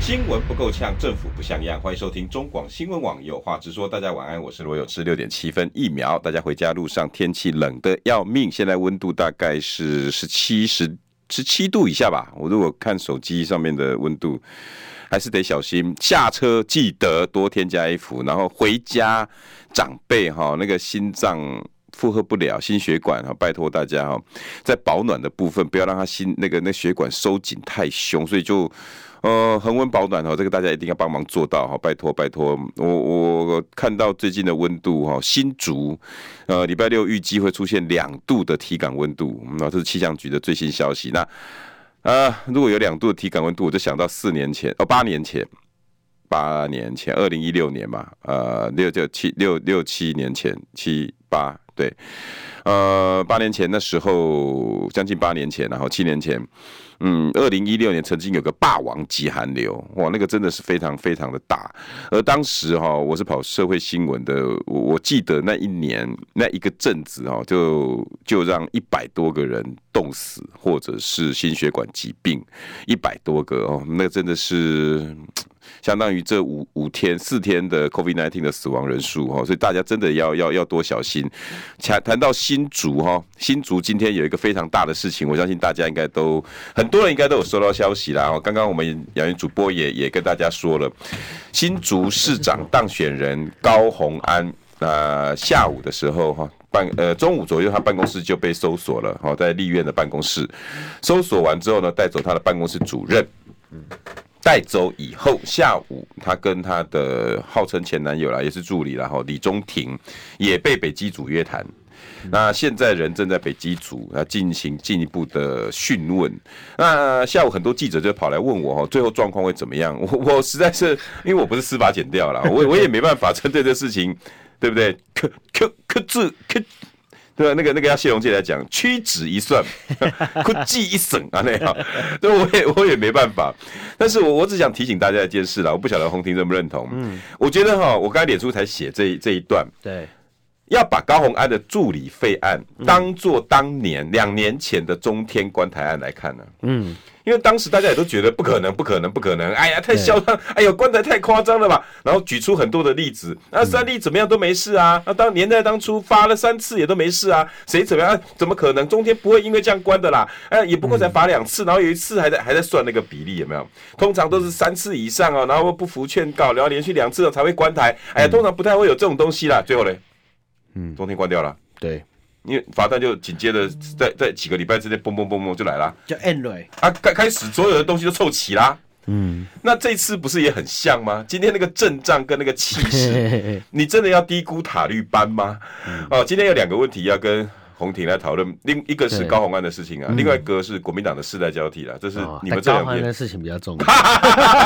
新闻不够呛，政府不像样。欢迎收听中广新闻网有话直说。大家晚安，我是罗有志。六点七分，疫苗。大家回家路上天气冷的要命，现在温度大概是十七十十七度以下吧。我如果看手机上面的温度，还是得小心。下车记得多添加衣服，然后回家长辈哈那个心脏。负荷不了心血管哈，拜托大家哈，在保暖的部分不要让它心那个那血管收紧太凶，所以就呃，恒温保暖哦，这个大家一定要帮忙做到哈，哦拜托拜托。我我我看到最近的温度哈，新竹呃礼拜六预计会出现两度的体感温度，那、这是气象局的最新消息。那呃，如果有两度的体感温度，我就想到四年前哦，八年前。八年前，二零一六年嘛，呃，六九七六六七年前，七八对，呃，八年前那时候，将近八年前，然后七年前，嗯，二零一六年曾经有个霸王级寒流，哇，那个真的是非常非常的大。而当时哈、我是跑社会新闻的，我我记得那一年那一个阵子哈、就就让一百多个人冻死，或者是心血管疾病，一百多个哦，那真的是。相当于这五五天四天的 COVID-19 的死亡人数哈，所以大家真的要要要多小心。谈谈到新竹哈，新竹今天有一个非常大的事情，我相信大家应该都很多人应该都有收到消息啦。哦，刚刚我们杨云主播也也跟大家说了，新竹市长当选人高鸿安，呃，下午的时候哈。办呃中午左右，他办公室就被搜索了，好、在立院的办公室搜索完之后呢，带走他的办公室主任，带走以后，下午她跟她的号称前男友啦，也是助理啦，哈，李中庭也被北基组约谈。那现在人正在北基组啊进行进一步的讯问。那呃下午很多记者就跑来问我哈，最后状况会怎么样？ 我我实在是因为我不是司法剪掉啦，我我也没办法针对这事情，对不对？可可可治可对吧？那个那个要谢荣介来讲，屈指一算， 哭泣一省啊那样，对，我也我也没办法。但是我我只想提醒大家一件事啦，我不晓得洪婷认不认同。嗯，我觉得哈，我刚才脸书才写这一这一段，对，要把高洪安的助理费案当做当年两、年前的中天观台案来看呢、嗯，因为当时大家也都觉得不可能，不可能，不可能！哎呀，太嚣张！哎呦，棺材太夸张了吧？然后举出很多的例子，那三例怎么样都没事啊？那当年代当初发了三次也都没事啊？谁怎么样？怎么可能？中间不会因为这样关的啦？哎，也不过才罚两次，然后有一次还在还在算那个比例有没有？通常都是三次以上哦，然后不服劝告，然后连续两次了才会关台。哎呀，通常不太会有这种东西啦。最后嘞，嗯，中天关掉了，对，因为罚单就紧接着在在几个礼拜之内嘣嘣嘣嘣就来了。叫 Enroy，啊，开开始所有的东西都凑齐啦。 嗯，那这次不是也很像吗？今天那个阵仗跟那个气 势，你真的要低估塔利班吗？嗯哦，今天有两个问题要跟洪婷来讨论，另一个是对嗯高鸿安的事情啊，另外一个是国民党的世代交替了，这是哦你但们这高两寒边，的事情比较重要，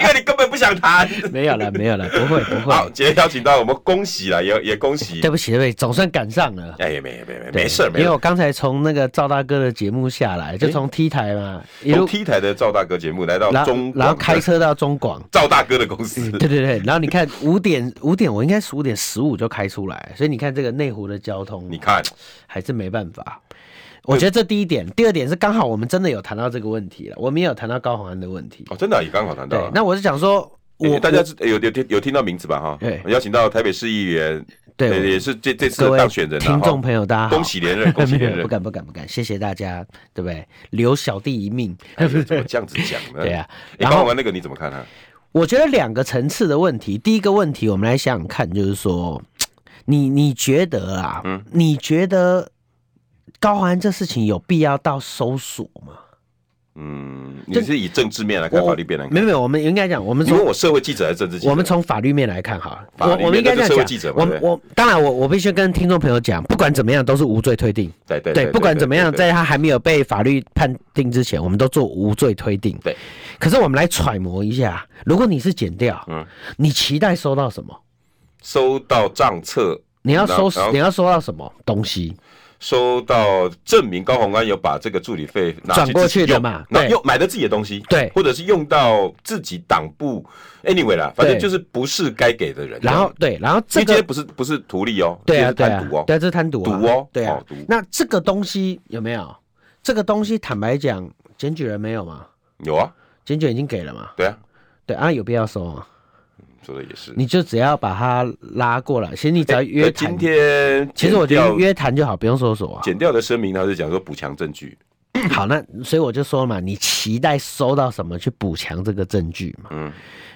因为你根本不想谈。 没有了，没有了，不会不好，会，今天邀请到我们，恭喜了，也也恭喜对。不起对不起，总算赶上了。哎，没没没对没事儿没因为事我儿。刚才从那个赵大哥的节目下来，就从 T 台嘛，一从路 T 台的赵大哥节目来到然后中广的，然后开嗯车到中广，赵大哥的公司，对对对，然后你看五点五点，我应该是五点十五就开出来，所以你看这个内湖的交通 你看，还是没办法。我觉得这第一点，第二点是刚好我们真的有谈到这个问题了，我们也有谈到高宏安的问题。哦，真的啊也刚好谈到对啊，。那我是想说，欸我大家知有有听有听到名字吧？哈，对邀请到台北市议员，对呃我也是这这次各的位当选人啊，听众哈朋友，大家好，恭喜连任，恭喜 没连有任不，敢不敢不敢，谢谢大家，对不对？留小弟 一命，哎呦怎么这样子讲呢？ 对啊。欸，然刚后完那个你怎么看啊？我觉得两个层次的问题，第一个问题我们来想想看，就是说，你你觉得啊，嗯你觉得高宏安这事情有必要到搜索吗？嗯，你是以政治面来看，我法律面来没看？有没有，我们应该讲，我们你从问我社会记者还是政治记者？我们从法律面来看好了，法律面我我们应该那这就社会样记讲者，嘛我对不对我当然我我必须跟听众朋友讲，不管怎么样都是无罪推定，对对对，不管怎么样，对在他还没有被法律判定之前，我们都做无罪推定。对，可是我们来揣摩一下，如果你是减掉，嗯你期待收到什么？收到账册你要收然后你要收到什么东西？收到证明高宏安有把这个助理费拿转过去自己的用嘛那对又买了自己的东西，对或者是用到自己党部，anyway 啦，反正对就是不是该给的人。然后对，然后这样这因为今个天不是不是图利哦，对今天啊是对啊贪，渎哦，对啊，这是贪赌啊赌哦对啊哦赌。那这个东西有没有？这个东西坦白讲，检举人没有嘛？有啊，检举人已经给了嘛？对啊，对啊，有必要收吗？说的也是。你就只要把他拉过来，其实你只要约哎那谈今，天其实我觉剪得掉约谈就好，不用搜索啊。剪掉的声明，他是讲说补强证据，好，那所以我就说嘛，你期待收到什么去补强这个证据嘛？嗯，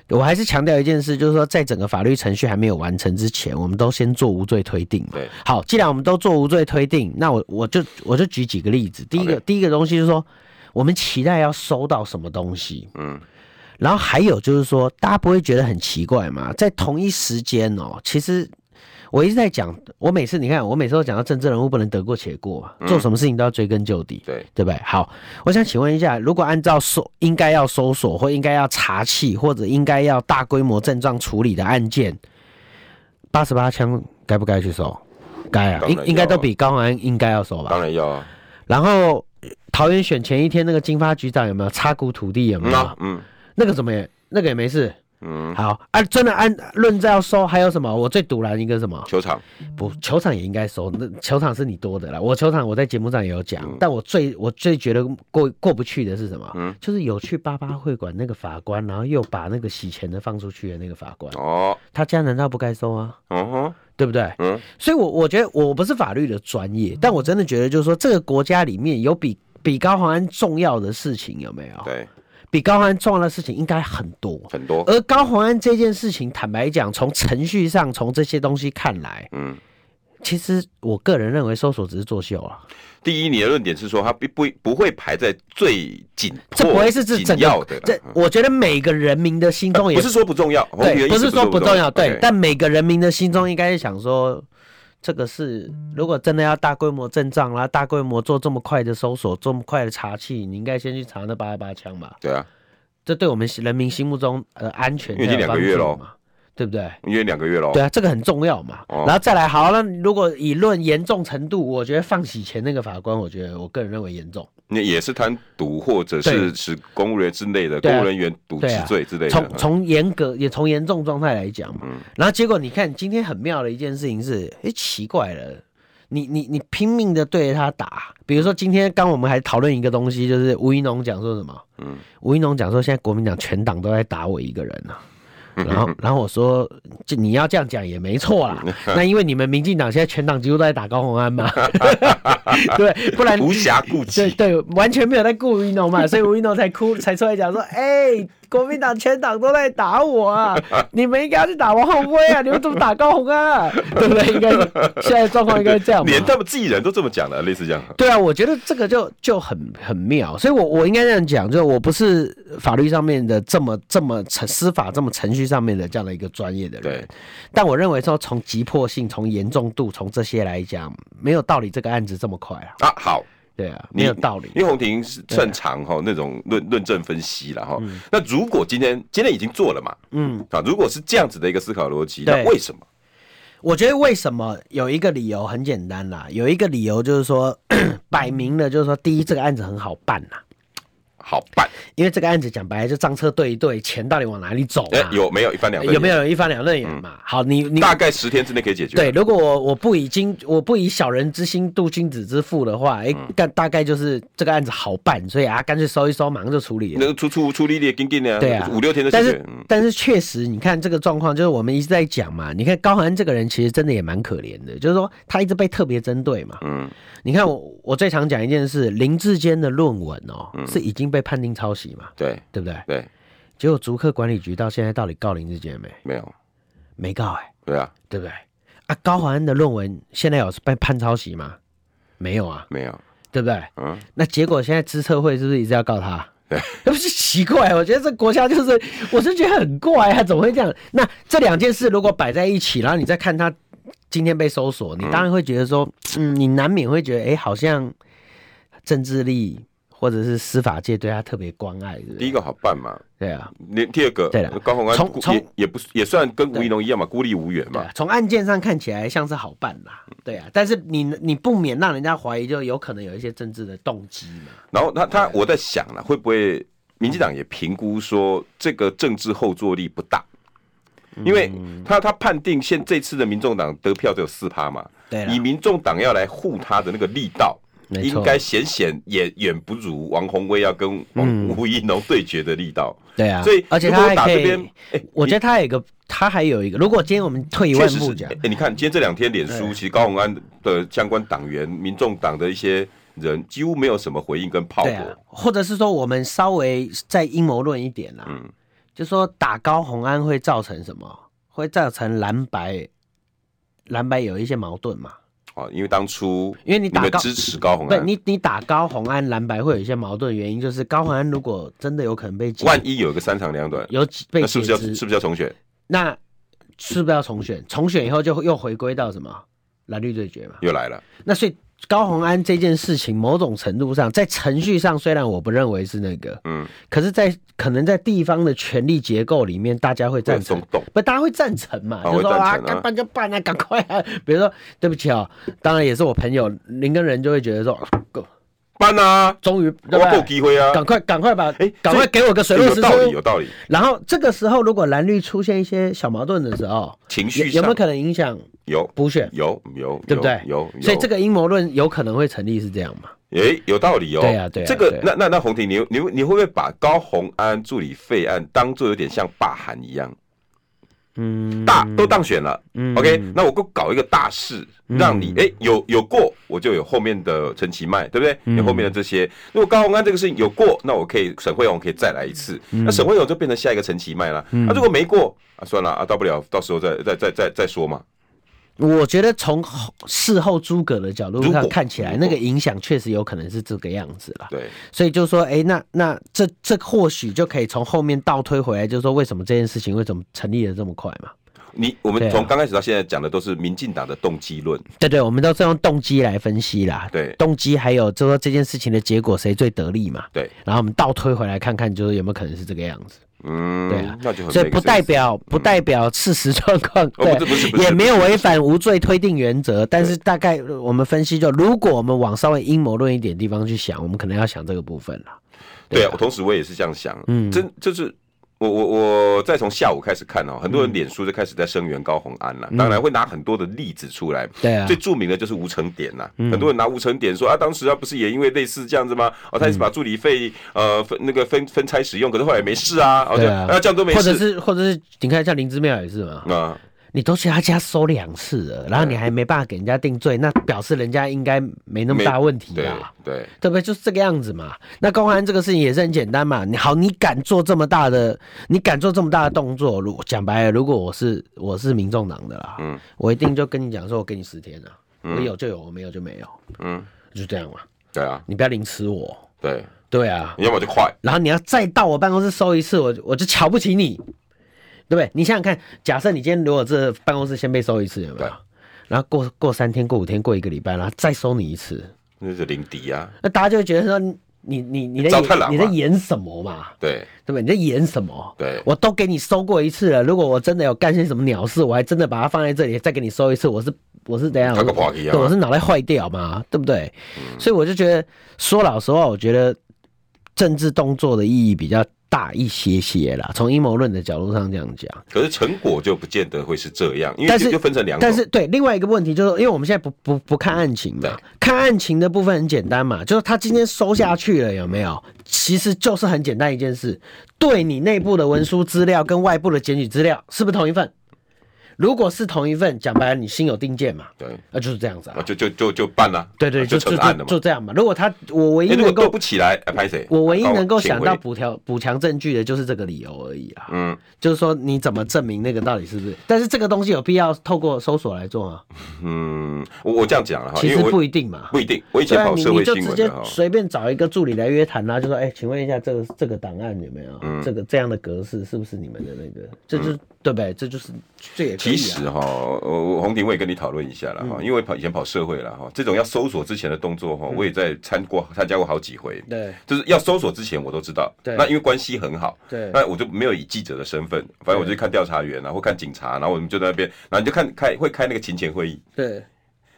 我还是强调一件事，就是说，在整个法律程序还没有完成之前，我们都先做无罪推定嘛。对，好，既然我们都做无罪推定，那我我就我就举几个例子。第一个 OK 第一个东西就是说，我们期待要收到什么东西，嗯，然后还有就是说，大家不会觉得很奇怪嘛？在同一时间哦，其实我一直在讲，我每次你看，我每次都讲到政治人物不能得过且过嗯嘛，做什么事情都要追根究底。对，对不对？好，我想请问一下，如果按照搜应该要搜索或应该要查气或者应该要大规模症状处理的案件，八十八枪该不该去搜？该啊，当然应应该要啊都比高安应该要搜吧当。然要啊，然后呃桃园选前一天那个金发局长有没有插股土地有没嗯有？啊，嗯那个怎么也那个也没事。嗯，好，按、真的按论这要收，还有什么？我最堵拦一个什么？球场不，球场也应该收。那球场是你多的啦，我球场我在节目上也有讲，但我最我最觉得过过不去的是什么？嗯就是有去八八会馆那个法官，然后又把那个洗钱的放出去的那个法官，哦，他家难道不该收啊？嗯哼，对不对？嗯，所以我，我觉得我不是法律的专业，但我真的觉得，就是说，这个国家里面有比比高宏安重要的事情有没有？对，比高宏安重要的事情应该很多。很多，而高宏安这件事情，坦白讲，从程序上，从这些东西看来，嗯。其实我个人认为搜索只是作秀啊，第一，你的论点是说他不不不会排在最紧迫、这不会是这整紧要个的，嗯这，我觉得每个人民的心中也不是说不重要，红对，皮的意不思是说不重要，对 OK，但每个人民的心中应该是想说，这个是如果真的要大规模阵仗啦，大规模做这么快的搜索，这么快的查气，你应该先去查那八十八枪吧，对啊，这对我们人民心目中呃安全因为已经才有两个月帮助咯嘛，对不对？因为两个月喽，对啊，这个很重要嘛。哦然后再来，好，那如果以论严重程度，我觉得放洗钱那个法官，我觉得我个人认为严重。那也是贪渎或者是对使公务人之类的对啊公务人员渎对职啊罪之类的，从从严格也从严重状态来讲嘛，嗯然后结果你看今天很妙的一件事情是，哎、奇怪了，你你你拼命的对着他打，比如说今天刚我们还讨论一个东西，就是吴一农讲说什么，嗯吴一农讲说现在国民党全党都在打我一个人 啊。然后，然后我说，就你要这样讲也没 错啦。那因为你们民进党现在全党几乎都在打高鸿安嘛，对，不然无暇顾对及。对，完全没有在顾云 农嘛，所以吴云农才哭，才出来讲说：“哎、国民党全党都在打 我啊，你们应该要去打王宏威啊，你们怎么打高鸿 安啊？对不对？应该是现在状况应该是这样嘛。连他们自己人都这么讲了，类似这样。对啊，我觉得这个就就很很妙，所以我我应该这样讲，就我不是法律上面的这么这么程司法这么程序上面的这样的一个专业的人对，但我认为说从急迫性、从严重度、从这些来讲，没有道理这个案子这么快啊，啊，好，对啊，你没有道理。因为洪庭是擅长哈那种论论证分析了哈。嗯那如果今天今天已经做了嘛，嗯啊，如果是这样子的一个思考逻辑，那对为什么？我觉得为什么有一个理由很简单啦，有一个理由就是说， 摆明了就是说，第一，这个案子很好办啦，好办，因为这个案子讲白了就账册对一对，钱到底往哪里走哎嘛？，有没有一翻两瞪眼有没有一翻两瞪眼嘛？好，你你大概十天之内可以解决？对，，如果我我不以君我不以小人之心度君子之腹的话，哎、嗯干大概就是这个案子好办，所以啊，干脆收一收，马上就处理了那。个出出出力力跟跟呢，对啊，五六天的但解是决。嗯但是确实，你看这个状况，就是我们一直在讲嘛。你看高寒这个人其实真的也蛮可怜的，就是说他一直被特别针对嘛。嗯，你看我我最常讲一件事，林志坚的论文哦、是已经被判定抄袭嘛，对对不对？对，结果竹科管理局到现在到底告林志坚没？没有，没告哎、对啊，对不对？啊，高华安的论文现在有被判抄袭吗？没有啊，没有，对不对？嗯，那结果现在资策会是不是一直要告他？ 不是奇怪，我觉得这国家就是，我是觉得很怪啊，怎么会这样？那这两件事如果摆在一起，然后你再看他今天被搜索，你当然会觉得说，嗯，你难免会觉得，哎、好像政治力或者是司法界对他特别关爱，是不是第一个好办嘛，对啊，连第二个，对啦高鸿安从孤从也也不也算跟吴怡农一样嘛，孤立无援对嘛啊，，从案件上看起来像是好办啦，对啊，但是你你不免让人家怀疑，就有可能有一些政治的动机嘛。然后他他我在想了，会不会民进党也评估说这个政治后坐力不大，因为嗯他他判定现这次的民众党得票只有四趴嘛，对啦以民众党要来护他的那个力道。没错应该显显也远不如王宏威要跟嗯王吴一农对决的力道，对啊，所以而且如果他还打可这以边，哎我觉得他有一个，他还有一个，如果今天我们退一确万实步是。讲哎，、你看今天这两天脸书，其实高鸿安的相关党员、民众党的一些人几乎没有什么回应跟炮对啊火，，或者是说我们稍微再阴谋论一点啦、嗯就说打高红安会造成什么？会造成蓝白蓝白有一些矛盾嘛？啊，因为当初因为你你打们高支持高鸿不，安，你你打高红安蓝白会有一些矛盾，原因就是高红安如果真的有可能被解万一有一个三长两短，有几被那是解不是要职，是不是要重选？那是不是要重选？重选以后就又回归到什么蓝绿对决嘛？又来了，那所以高鸿安这件事情，某种程度上在程序上，虽然我不认为是那个，嗯，可是在，可能在地方的权力结构里面，大家会会有赞成松。动，不，大家会赞成嘛？啊就说会赞成啊该办就办啊，赶快啊！比如说，对不起哦，当然也是我朋友林根仁就会觉得说，够办啊，终于我对要够吧？机会啊，赶快赶快把，哎赶快给我个水落有石道理，哦出有。道理，然后这个时候，如果蓝绿出现一些小矛盾的时候，情有绪有上没有可能影响有补选？有有，对不对有，有所以这个阴谋论有可能会成立，是这样吗？诶，有道理哦。对啊对啊这个对啊那那那洪婷，你你你会不会把高洪安助理费案当做有点像罢韩一样？嗯，大都当选了、嗯 o k 那我搞一个大事，让你诶有有过，我就有后面的陈其迈，对不对？嗯有后面的这些。如果高洪安这个事情有过，那我可以沈惠宏可以再来一次，嗯那沈惠宏就变成下一个陈其迈了。那、如果没过啊，算了啊，到不了，到时候再再再再再说嘛。我觉得从后事后诸葛的角度如果上看起来，如那果个影响确实有可能是这个样子啦。对，所以就说，哎，那那这这或许就可以从后面倒推回来，就是说为什么这件事情为什么成立的这么快嘛？你我对们啊从刚开始到现在讲的都是民进党的动机论，对对，我们都是用动机来分析啦。对动机还有就说这件事情的结果谁最得利嘛。对，然后我们倒推回来看看，就是有没有可能是这个样子。嗯，对啊那就很所以 make 不代 sense 表不代表事实状况，嗯哦对不是不是不是也不没有违反无罪推定原则。但是大概呃我们分析就，如果我们往稍微阴谋论一点地方去想，我们可能要想这个部分了。对啊，吧我同时我也是这样想，嗯，真就是我我我再从下午开始看哦，很多人脸书就开始在声援高红安了，当然会拿很多的例子出来，嗯对啊嗯最著名的就是吴成典呐，很多人拿吴成典说啊，当时他不是也因为类似这样子吗？哦，他也是嗯把助理费呃分那个分分拆使用，可是后来没事啊，哦，对这啊样啊这样都没或者事是或者是你看像林之妙也是嘛，啊，你都去他家搜两次了，然后你还没办法给人家定罪，那表示人家应该没那么没大问题啊对啦。对，对不对？就是这个样子嘛。那公安这个事情也是很简单嘛。你好，你敢做这么大的，你敢做这么大的动作？如讲白了，如果我是我是民众党的啦，嗯我一定就跟你讲说，我给你十天啊，我有就有，我没有就没有，嗯，就这样嘛。对啊，你不要凌迟我，对，对啊。你要么就快，然后你要再到我办公室搜一次，我我就瞧不起你，对不对？你想想看，假设你今天如果这办公室先被搜一次，有没对有？然后过过三天、过五天、过一个礼拜，然后再搜你一次，那是零敌啊，那大家就会觉得说你你你你在糟蹋演狼你在嘛演什么嘛？对对不对？你在演什么？对我都给你收过一次了。如果我真的有干些什么鸟事，我还真的把它放在这里再给你收一次，我是我是怎样？他个我破皮啊嗯对，我是脑袋坏掉嘛，对不对？所以我就觉得，说老实话，我觉得政治动作的意义比较大一些些啦。从阴谋论的角度上这样讲，可是成果就不见得会是这样，因为但就是就分成两种，但是对另外一个问题就是，因为我们现在不不不看案情嘛对，看案情的部分很简单嘛，就是他今天收下去了有没有？其实就是很简单一件事，对你内部的文书资料跟外部的检举资料是不是同一份？如果是同一份，讲白了你心有定见嘛，对。那就是这样子啊，啊。就就就就办了，啊对对，就就成就案了嘛就就。这样嘛。如果他我唯一哎如果能斗够不起来，哎，拍谁？我唯一高能够请想回到补条补强证据的就是这个理由而已啊。嗯，就是说你怎么证明那个到底是不是？但是这个东西有必要透过搜索来做吗？嗯，我我这样讲了哈，其因实为我不一定嘛。不一定，我以对前啊，跑你社你会就新直闻接的哈，随便找一个助理来约谈啦、就说，哎、请问一下这个这个啊嗯档案有没有、这个这样的格式，是不是你们的那个？这就、对不对？这就是这也可以其啊嗯实哈，我我红婷我也跟你讨论一下了哈，因为跑以前跑社会了哈，这种要搜索之前的动作哈，我也在参过参加过好几回。对就是要搜索之前我都知道，对那因为关系很好，对那我就没有以记者的身份，反正我就看调查员啊，或看警察，然后我们就在那边，然后你就看开会开那个勤前会议，对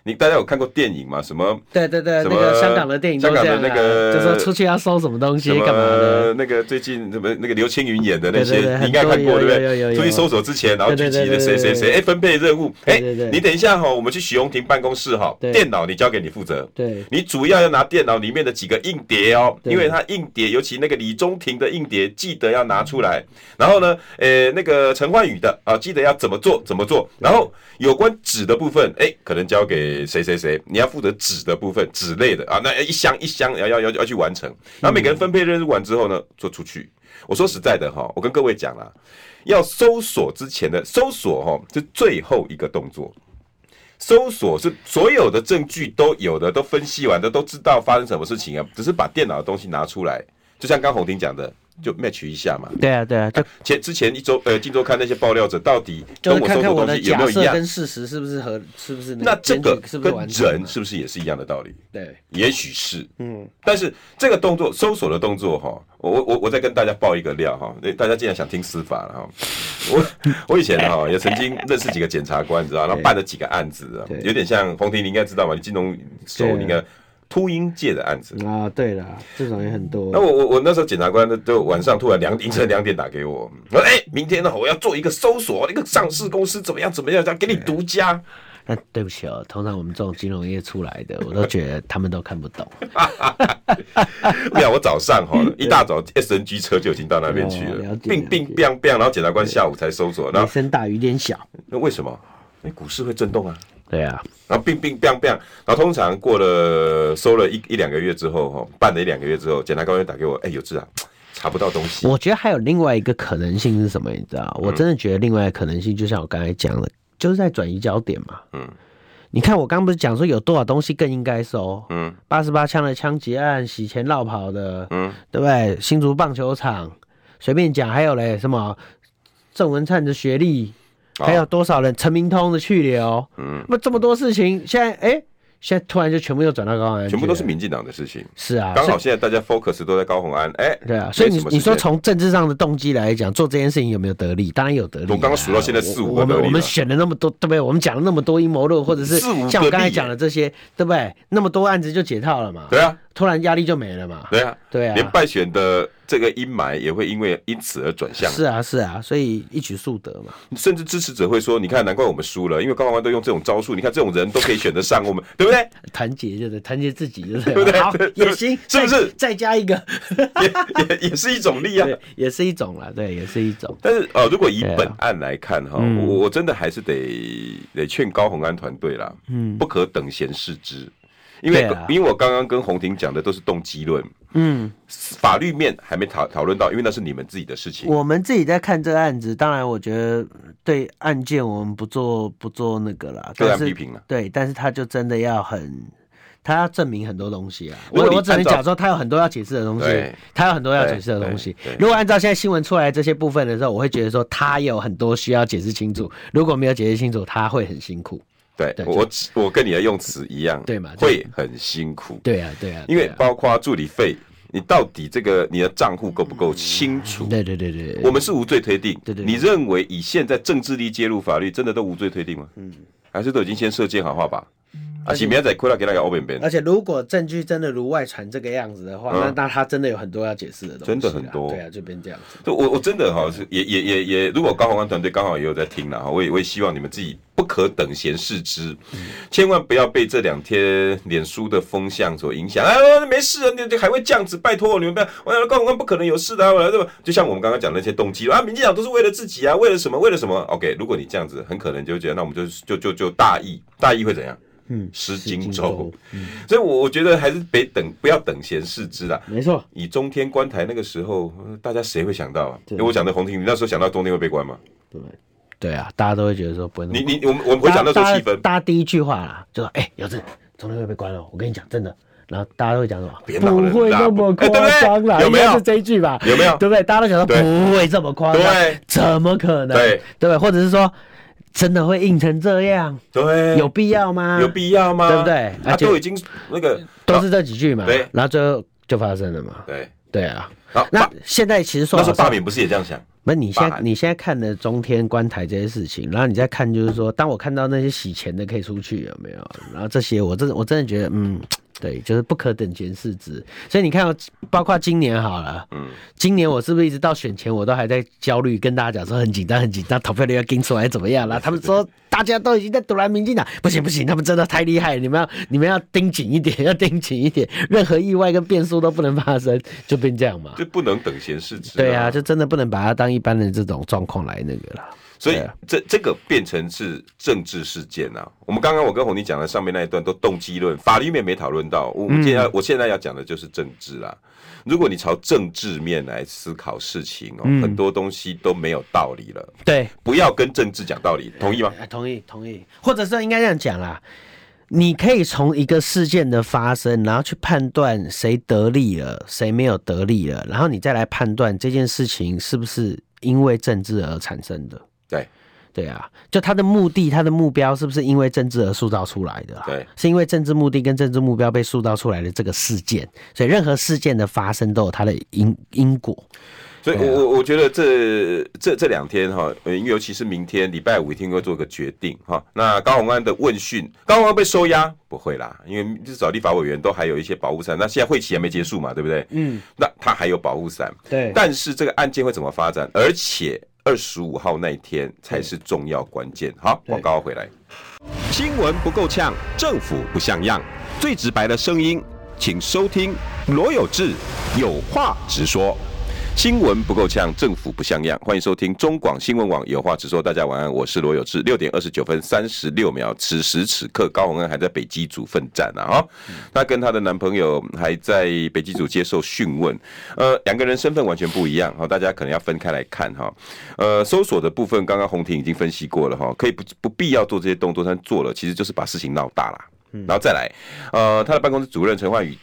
你大家有看过电影吗？什么对对对，什那么个香港的电影都香港这的那样、啊，个就说出去要搜什么东西什么干嘛的，那个最近什么那个刘青云演的那些，对对对你应该看过对很多不有有有对？有出去搜索之前，然后聚集的对对对谁对谁对谁，哎，分配任务，哎对对对，你等一下哈，我们去许荣婷办公室哈，对电脑你交给你负责。对你主要要拿电脑里面的几个硬碟哦，对因为它硬碟，尤其那个李中庭的硬碟，记得要拿出来。然后呢，呃，那个陈焕宇的啊，记得要怎么做怎么做。然后有关纸的部分，哎，可能交给谁谁谁，你要负责纸的部分，纸类的啊，那一箱一箱要要要要去完成。然后每个人分配任务完之后呢，做出去。我说实在的哈，我跟各位讲啦，要搜索之前的搜索哈，是最后一个动作。搜索是所有的证据都有的，都分析完的，都知道发生什么事情啊，只是把电脑的东西拿出来，就像刚红婷讲的，就 match 一下嘛。对啊对啊，就前之前一周呃，《金周刊》那些爆料者到底就哎跟是我看搜看索东我的西有假没有设一样？跟事实是不是合，是不是那个这个编剧是不是跟完整人的是不是也是一样的道理？对也许是，嗯，但是这个动作搜索的动作哈，我我我我再跟大家爆一个料哈，诶大家既然想听司法了哈， 我我以前哈也曾经认识几个检察官，你知道，然后办了几个案子啊对，有点像洪婷，你应该知道吧？你金融手对啊你应该秃鹰界的案子。啊对了，这种也很多那我我我那时候检察官呢，就晚上突然两凌晨两点打给我，我说哎、明天呢我要做一个搜索，那个上市公司怎么样怎么样，要给你独家。那对不起哦，通常我们这种金融业出来的，我都觉得他们都看不懂。 没有，我早上 哈一大早 S N G 车就已经到那边去哦了了，解并了并解并并，然后检察官下午才搜索，然雷后声大雨点小，那为什么？因为股市会震动啊，对啊，然后并并并并，然后通常过了搜了一一两个月之后哈，办了一两个月之后，检察官又打给我，哎，有志啊，查不到东西，我觉得还有另外一个可能性是什么？你知道，嗯我真的觉得另外一个可能性，就像我刚才讲的，就是在转移焦点嘛。嗯嗯，你看我刚不是讲说有多少东西更应该收？嗯八十八枪的枪击案、洗钱绕跑的，嗯，对不对？新竹棒球场，随便讲，还有嘞什么郑文灿的学历，哦还有多少人陈明通的去留，嗯，那么这么多事情，现在哎、现在突然就全部又转到高安去了，全部都是民进党的事情，是啊，刚所好以现在大家 focus 都在高鸿安，哎，对啊，所以没你什么你说时间从政治上的动机来讲，做这件事情有没有得利？当然有得利啊、我刚刚数到现在四五个得我们利我了们选了那么多，对不对？我们讲了那么多阴谋论，或者是四五个像我刚才利耶讲的这些，对不对？那么多案子就解套了嘛，对啊突然压力就没了嘛，对啊对啊连败选的这个阴霾也会因为因此而转向，是啊，是啊，所以一举数得嘛。甚至支持者会说：“你看，难怪我们输了，因为高宏安都用这种招数，你看这种人都可以选得上我们，对不 对？团结就是团结自己，就是对了？好也行，是不是再再加一个，也 也也是一种力啊。对， 也是一种啦，对，也是一种。但是呃，如果以对啊啊本案来看哈，我我真的还是得得劝高宏安团队啦，嗯，不可等闲视之，因为、对啊因为我刚刚跟洪婷讲的都是动机论，嗯，法律面还没讨讨论到，因为那是你们自己的事情。我们自己在看这个案子，当然我觉得对案件我们不做不做那个啦，个案但是啊批评啦对，但是他就真的要很。他要证明很多东西啊，如果我你我只能按照讲说他有很多要解释的东西对，他有很多要解释的东西对对对。如果按照现在新闻出来这些部分的时候，我会觉得说他有很多需要解释清楚，如果没有解释清楚，他会很辛苦。对对我我我跟你的用词一样，对嘛就会很辛苦。对啊，对啊，因为对啊包括助理费，你到底这个你的账户够不够清楚？对对对对对，我们是无罪推定。嗯对对对你认为以现在政治力介入法律，真的都无罪推定吗？嗯，还是都已经先射箭好话吧？啊，起明仔亏了给那个欧本边，而且如果证据真的如外传这个样子的话，嗯那那他真的有很多要解释的东西真啦，的很多对啊，就变这样子。就我我真的哈是也也也也，如果高宏安团队刚好也有在听了哈，我也我也希望你们自己不可等闲视之，千万不要被这两天脸书的风向所影响。啊，没事啊，你你还会这样子？拜托你们不要，我高宏安不可能有事的、啊，我对吧？就像我们刚刚讲的那些动机啊，民进党都是为了自己啊，为了什么？为了什么？OK，如果你这样子，很可能就觉得那我们就就就就大意，大意会怎样？嗯，失荆州。嗯所以我我觉得还是别等，不要等闲视之啦。没错，以中天关台那个时候，呃大家谁会想到啊？因对为我讲的红婷，你那时候想到中天会被关吗？对对啊，大家都会觉得说不会那么你快。你我们我们回想那时候气大家氛，大家第一句话啦，就说：“哎、有志中天会被关了。”我跟你讲，真的。然后大家都会讲什么？别闹了不会那么夸张啦，哎对不对有应没有该是这一句吧？有没有对不对？大家都想说对不会这么夸张对，怎么可能？对对不对？或者是说，真的会硬成这样，对，有必要吗？有必要吗？对不对他而且都已经那个都是这几句嘛，对然后最后就发生了嘛，对，对啊。然后那罢现在其实说那时老候实罢话，免不是也这样想？不是你现罢在免你现在看的中天观台这些事情，然后你再看就是说，当我看到那些洗钱的可以出去有没有？然后这些我真的我真的觉得，嗯，对，就是不可等闲视之。所以你看哦，包括今年好了，嗯，今年我是不是一直到选前我都还在焦虑，跟大家讲说很紧张很紧张，投票率要跟出来怎么样啦？他们说大家都已经在堵拦民进党，不行不行，他们真的太厉害了，你们要你们要盯紧一点，要盯紧一点，任何意外跟变数都不能发生，就变这样嘛。就不能等闲视之、对啊，就真的不能把它当一般的这种状况来那个啦。所以对啊这这个变成是政治事件啊。我们刚刚我跟红妮讲的上面那一段都动机论，法律面没讨论到。我我现嗯在、我现在要讲的就是政治啦。如果你朝政治面来思考事情哦，嗯很多东西都没有道理了。对，不要跟政治讲道理，同意吗？啊同意同意，或者说应该这样讲啦，你可以从一个事件的发生，然后去判断谁得利了，谁没有得利了，然后你再来判断这件事情是不是因为政治而产生的。对对啊，就他的目的、他的目标是不是因为政治而塑造出来的、啊？对，是因为政治目的跟政治目标被塑造出来的这个事件，所以任何事件的发生都有它的因因果。所以我，我我觉得这这这两天哈，呃，尤其是明天礼拜五一定会做个决定哈。那高鸿安的问讯，高鸿安被收押不会啦，因为至少立法委员都还有一些保护伞。那现在会期还没结束嘛，对不对？嗯，那他还有保护伞，对但是这个案件会怎么发展，而且二十五号那一天才是重要关键。好，广告回来。新闻不够呛，政府不像样，最直白的声音，请收听罗有志有话直说。新闻不够呛，政府不像样，欢迎收听中广新闻网有话直说。大家晚安，我是罗有志。六点二十九分三十六秒，此时此刻，高洪安还在北基组奋战啊！哈、她跟她的男朋友还在北基组接受讯问，呃，两个人身份完全不一样哦哈、大家可能要分开来看哈、呃，搜索的部分，刚刚红婷已经分析过了哈、可以不不必要做这些动作，但做了其实就是把事情闹大啦。然后再来，呃，她的办公室主任陈焕宇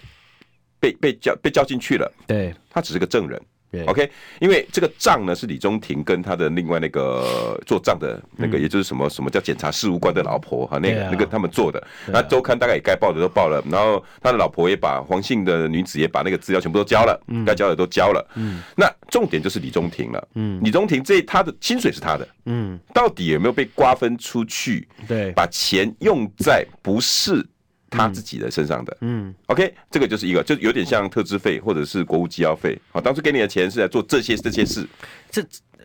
被被叫被叫进去了，对他只是个证人。对 OK，因为这个账呢是李中庭跟他的另外那个做账的那个，也就是什么什么叫检察事务官的老婆哈，那对个啊那个他们做的。那周刊大概也该报的都报了，然后他的老婆也把黄姓的女子也把那个资料全部都交了，该交的都交了。嗯，那重点就是李中庭了。嗯，李中庭这他的薪水是他的，嗯，到底有没有被瓜分出去？对把钱用在不是他自己的身上的。嗯，OK，这个就是一个，就有点像特支费或者是国务机要费。好，当初给你的钱是来做这些这些事，这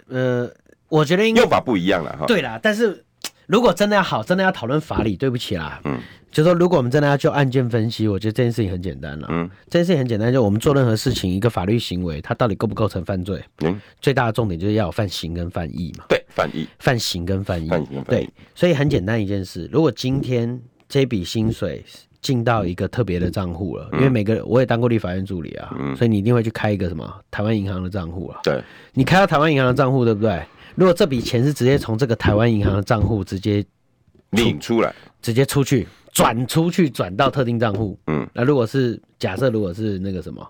呃，我觉得应该用法不一样了哈。对啦，但是如果真的要好，真的要讨论法理，对不起啦，嗯，就说如果我们真的要就案件分析，我觉得这件事情很简单了，嗯，这件事情很简单，就我们做任何事情，一个法律行为，它到底构不构成犯罪，嗯，最大的重点就是要有犯行跟犯意嘛，对，翻译犯行跟犯意，犯行跟犯意嗯对，所以很简单一件事，如果今天这笔薪水。进到一个特别的账户嗯了，因为每个我也当过立法院助理啊，所以你一定会去开一个什么台湾银行的账户啊。对，你开到台湾银行的账户，对不对？如果这笔钱是直接从这个台湾银行的账户直接领出来，直接出去转出去转到特定账户，嗯，那如果是假设如果是那个什么，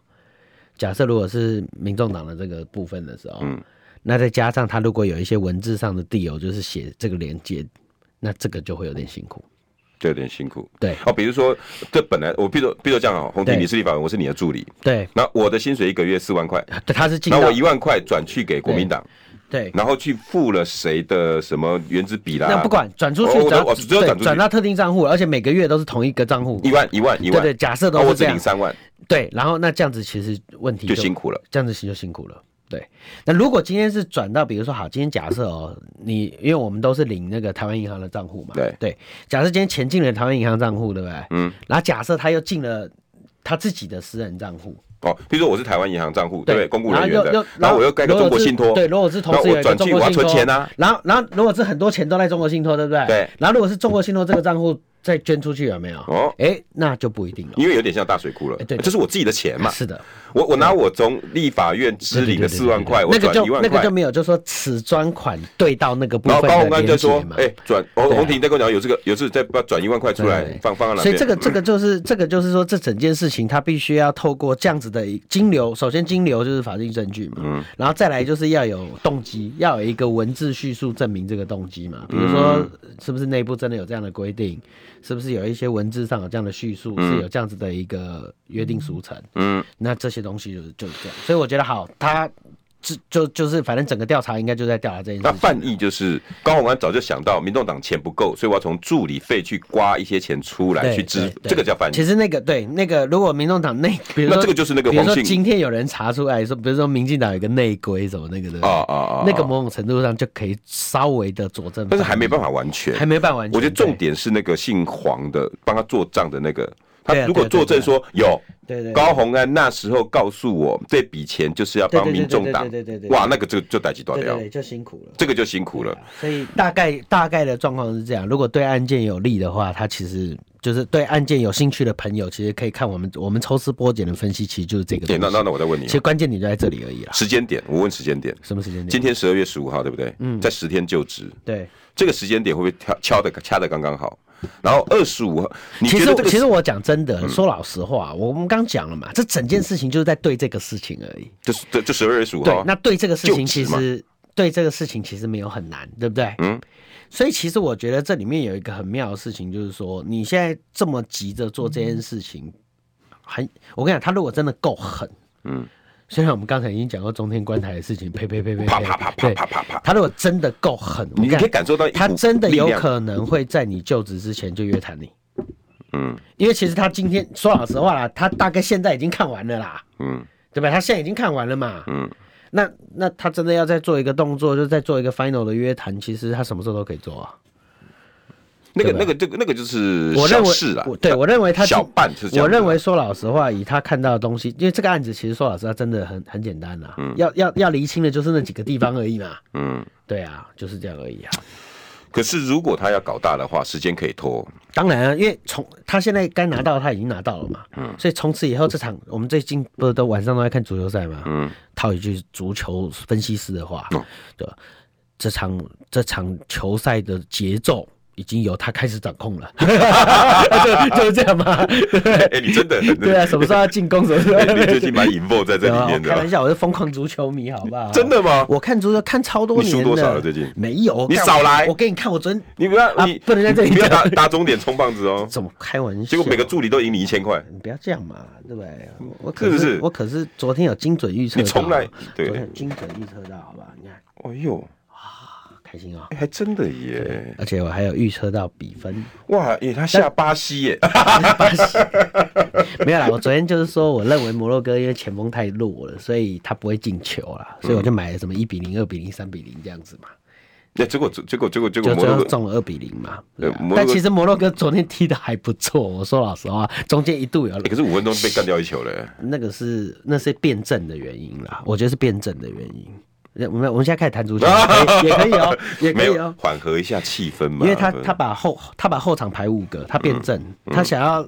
假设如果是民众党的这个部分的时候，嗯，那再加上他如果有一些文字上的地由，就是写这个连接，那这个就会有点辛苦。就有点辛苦。对哦，比如说这本来我，比如说比如说这样哦，红婷对你是立法委，我是你的助理，对，那我的薪水一个月四万块，对他是进那到我一万块转去给国民党，对，然后去付了谁的什么原子笔啦，那不管转出去我我只要我只有对转出去转到特定账户，而且每个月都是同一个账户。一万一万一对万，对，假设那我都是只这样领，三万对，然后那这样子其实问题就辛苦了。这样子就辛苦了。对，那如果今天是转到，比如说好，今天假设哦，你因为我们都是领那个台湾银行的账户嘛，对假设今天钱进了台湾银行账户，对不对？嗯，然后假设他又进了他自己的私人账户，哦，比如说我是台湾银行账户，对不对？公务人员然后又的又，然后我又盖个中国信托，对，如果是同那时有我一个转中去国我要信托，存钱啊，然后然后如果是很多钱都在中国信托，对不对？对。然后如果是中国信托这个账户再捐出去有没有？哦哦，哎，那就不一定了。因为有点像大水库了，哎对对这是我自己的钱 嘛，是的，我我拿我从立法院支领的对对对对四万块，我那个转一就万那块个就，没有，就说此专款对到那个部然分后高宏的安就连说结嘛，。哎，转洪对啊洪庭在跟我讲有这个，有次再把转一万块出来对放放到哪所边以？这个这个就是这个就是说，这整件事情它必须要透过这样子的金流，首先金流就是法定证据嘛，然后再来就是要有动机，要有一个文字叙述证明这个动机嘛，比如说是不是内部真的有这样的规定，是不是有一些文字上有这样的叙述，是有这样子的一个约定俗成，嗯，那这些东西就是就是这样，所以我觉得好，他就就就是反正整个调查应该就在调查这件那事情。范意就是高鸿安早就想到民众党钱不够，所以我要从助理费去刮一些钱出来对去支对，对这个叫范其意。实那个对那个，如果民众党内，比如说那这个就是那个比如黄说信今天有人查出来说，比如说民进党有个内规什么那个的，啊啊啊！那个啊某种程度上就可以稍微的佐证，但是还没办法完全，还没办完全。我觉得重对点是那个姓黄的帮他做账的那个，他对啊如果对啊作证说有对对对高啊鸿安那时候告诉我这笔钱就是要帮对对对民众党对对对对，对哇，那个就就逮起断对对掉，对就辛苦了。这个就辛苦了。所以大概大概的状况是这样，如果对案件有利的话，他其实就是对案件有兴趣的朋友，其实可以看我们我们抽丝剥茧的分析，其实就是这个东对，西。哎那那那我再问你哦其，实关键点就在这里而已啦。时间点，我问时间点，什么时间点？今天十二月十五号对不对？嗯，在十天就职，对，这个时间点会不会敲敲的掐的刚刚好？然后二十五号，你其觉得实这个嗯其实我讲真的，说老实话，我我们刚讲了嘛，这整件事情就是在对这个事情而已。就是就就十二月十五号对啊，，那对这个事就情职其嘛实对这个事情其实没有很难，对不对？嗯。所以其实我觉得这里面有一个很妙的事情，就是说你现在这么急着做这件事情，很我跟你讲，他如果真的够狠，嗯，虽然我们刚才已经讲过中天观台的事情，呸呸呸呸呸，啪啪啪啪对啪啪啪，他如果真的够狠，我你跟可以讲，感受到一股他真的有力量，可能会在你就职之前就约谈你。嗯因为其实他今天说老实话啦，他大概现在已经看完了啦，嗯对吧？他现在已经看完了嘛。嗯，那那他真的要再做一个动作，就再做一个 final 的约谈，其实他什么时候都可以做啊。那个对吧那个这个那个就是我认小为事啊，我对我认为他小半是这样子啊我认为说老实话，以他看到的东西，因为这个案子其实说老实话真的很很简单啦，要要要厘清的就是那几个地方而已嘛。嗯。对啊，就是这样而已啊。可是如果他要搞大的话，时间可以 拖。当然啊，因为从他现在该拿到的他已经拿到了嘛，所以从此以后这场我们最近不是都晚上都在看足球赛嘛，嗯套一句足球分析师的话，嗯对吧，这场这场球赛的节奏已经由他开始掌控了，就就是这样嘛，对不哎、对？你真的， 对啊，什么时候要进攻，什么时候哎你要最近蛮 involve 在这对里啊，我面的开玩啊，笑，我是疯狂足球迷，好不好？真。的吗？我看足球看超多你年输的，多少了最近没有，你干少我来我给你看，我昨天你不要，啊你不能在这里你不要打讲打终点冲棒子 哦。怎么开玩笑？结果每个助理都赢你一千块，你不要这样嘛，对不对？我可是不是我可是昨天有精准预测到，你从来对昨天有精准预测到，好吧？你看，哎呦，开心哦。哎还真的耶！而且我还有预测到比分，哇，哎、他下巴西耶，巴西没有啦。 我昨天就是说，我认为摩洛哥因为前锋太弱了，所以他不会进球嗯啦，所以我就买了什么一比零、二比零、三比零这样子嘛，那、 结果结果结果结果就摩最洛后哥中了二比零嘛。对对啊摩洛哥但其实摩洛哥昨天踢的还不错，我说老实话，中间一度 有哎、可是五分钟被干掉一球了。那个是那是辩证的原因啦，我觉得是辩证的原因。那我们我们现在开始 谈足球，也可以也可以哦，也可没以有哦，缓和一下气氛嘛，因为他他把后他把后场排五个，他辩证，嗯他想要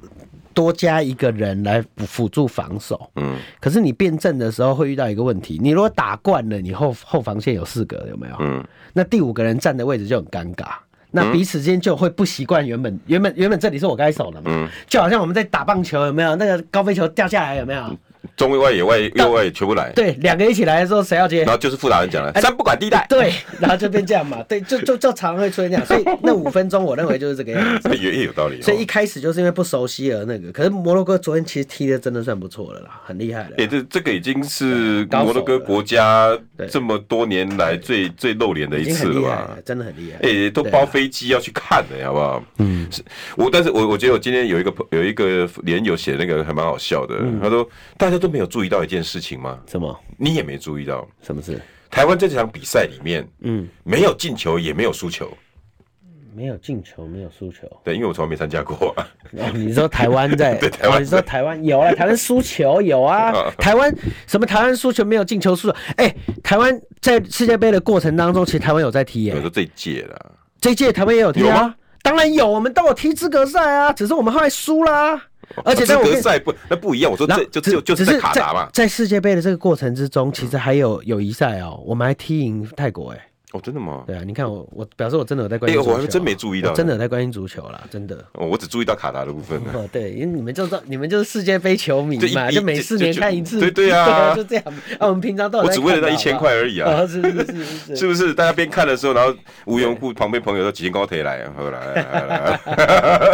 多加一个人来辅辅助防守。嗯可是你辩证的时候会遇到一个问题，你如果打惯了，你后后防线有四个，有没有？嗯，那第五个人站的位置就很尴尬。那彼此之间就会不习惯原本原本原本这里是我该守的嘛，嗯就好像我们在打棒球有没有？那个高飞球掉下来有没有？中外野外右外野全部来，对，两个一起来的时候谁要接然？后就是傅达人讲了，三不管地带，对，然后就变这样嘛，对，就就就常会出现这样，所以那五分钟我认为就是这个样子。也也有道理、哦。所以一开始就是因为不熟悉而那个，可是摩洛哥昨天其实踢的真的算不错了啦，很厉害了哎、。这这个已经是高手摩洛哥了国家对这么多年来最最露脸的一已经次很了厉吧害了，？真的很厉害。哎、都对啊包飞机要去看的、好不好？嗯，是我，但是我我觉得我今天有一个朋有一个连友写那个还蛮好笑的，嗯他说大家都没有注意到一件事情吗？什么你也没注意到，什么事？台湾这场比赛里面，嗯嗯，没有进球也没有输球，没有进球，没有输球。对，因为我从来没参加 过、哦，你说台湾在？对台湾哦你说台湾有啊，台湾输球有啊啊，台湾什么台湾输球没有进球输球？哎、台湾在世界杯的过程当中，其实台湾有在踢耶、比如说这一届啦，这一届台湾也有踢有啊吗，当然有，我们都有踢资格赛啊，只是我们后来输啦。而且在资我格跟赛不哦那不一样，我说然后这就只就就是只在卡达嘛。在世界杯的这个过程之中，其实还有友谊赛哦，我们还踢赢泰国哎、哦，真的吗？对啊，你看我我表示我真的有在关心哎足球我啊，还真没注意到我真的有在关心足球啦，真的。哦，我只注意到卡达的部分呢。哦，对，因为你们就知道，你们就是世界杯球迷对一嘛，一就每四年就就看一次，对 对啊就这样。啊，我们平常都有我在只为了看那的一千块，而已好不啊，好哦，是是是是 是是，不是？大家边看的时候，然后无缘无故旁边朋友都几千高铁来，后来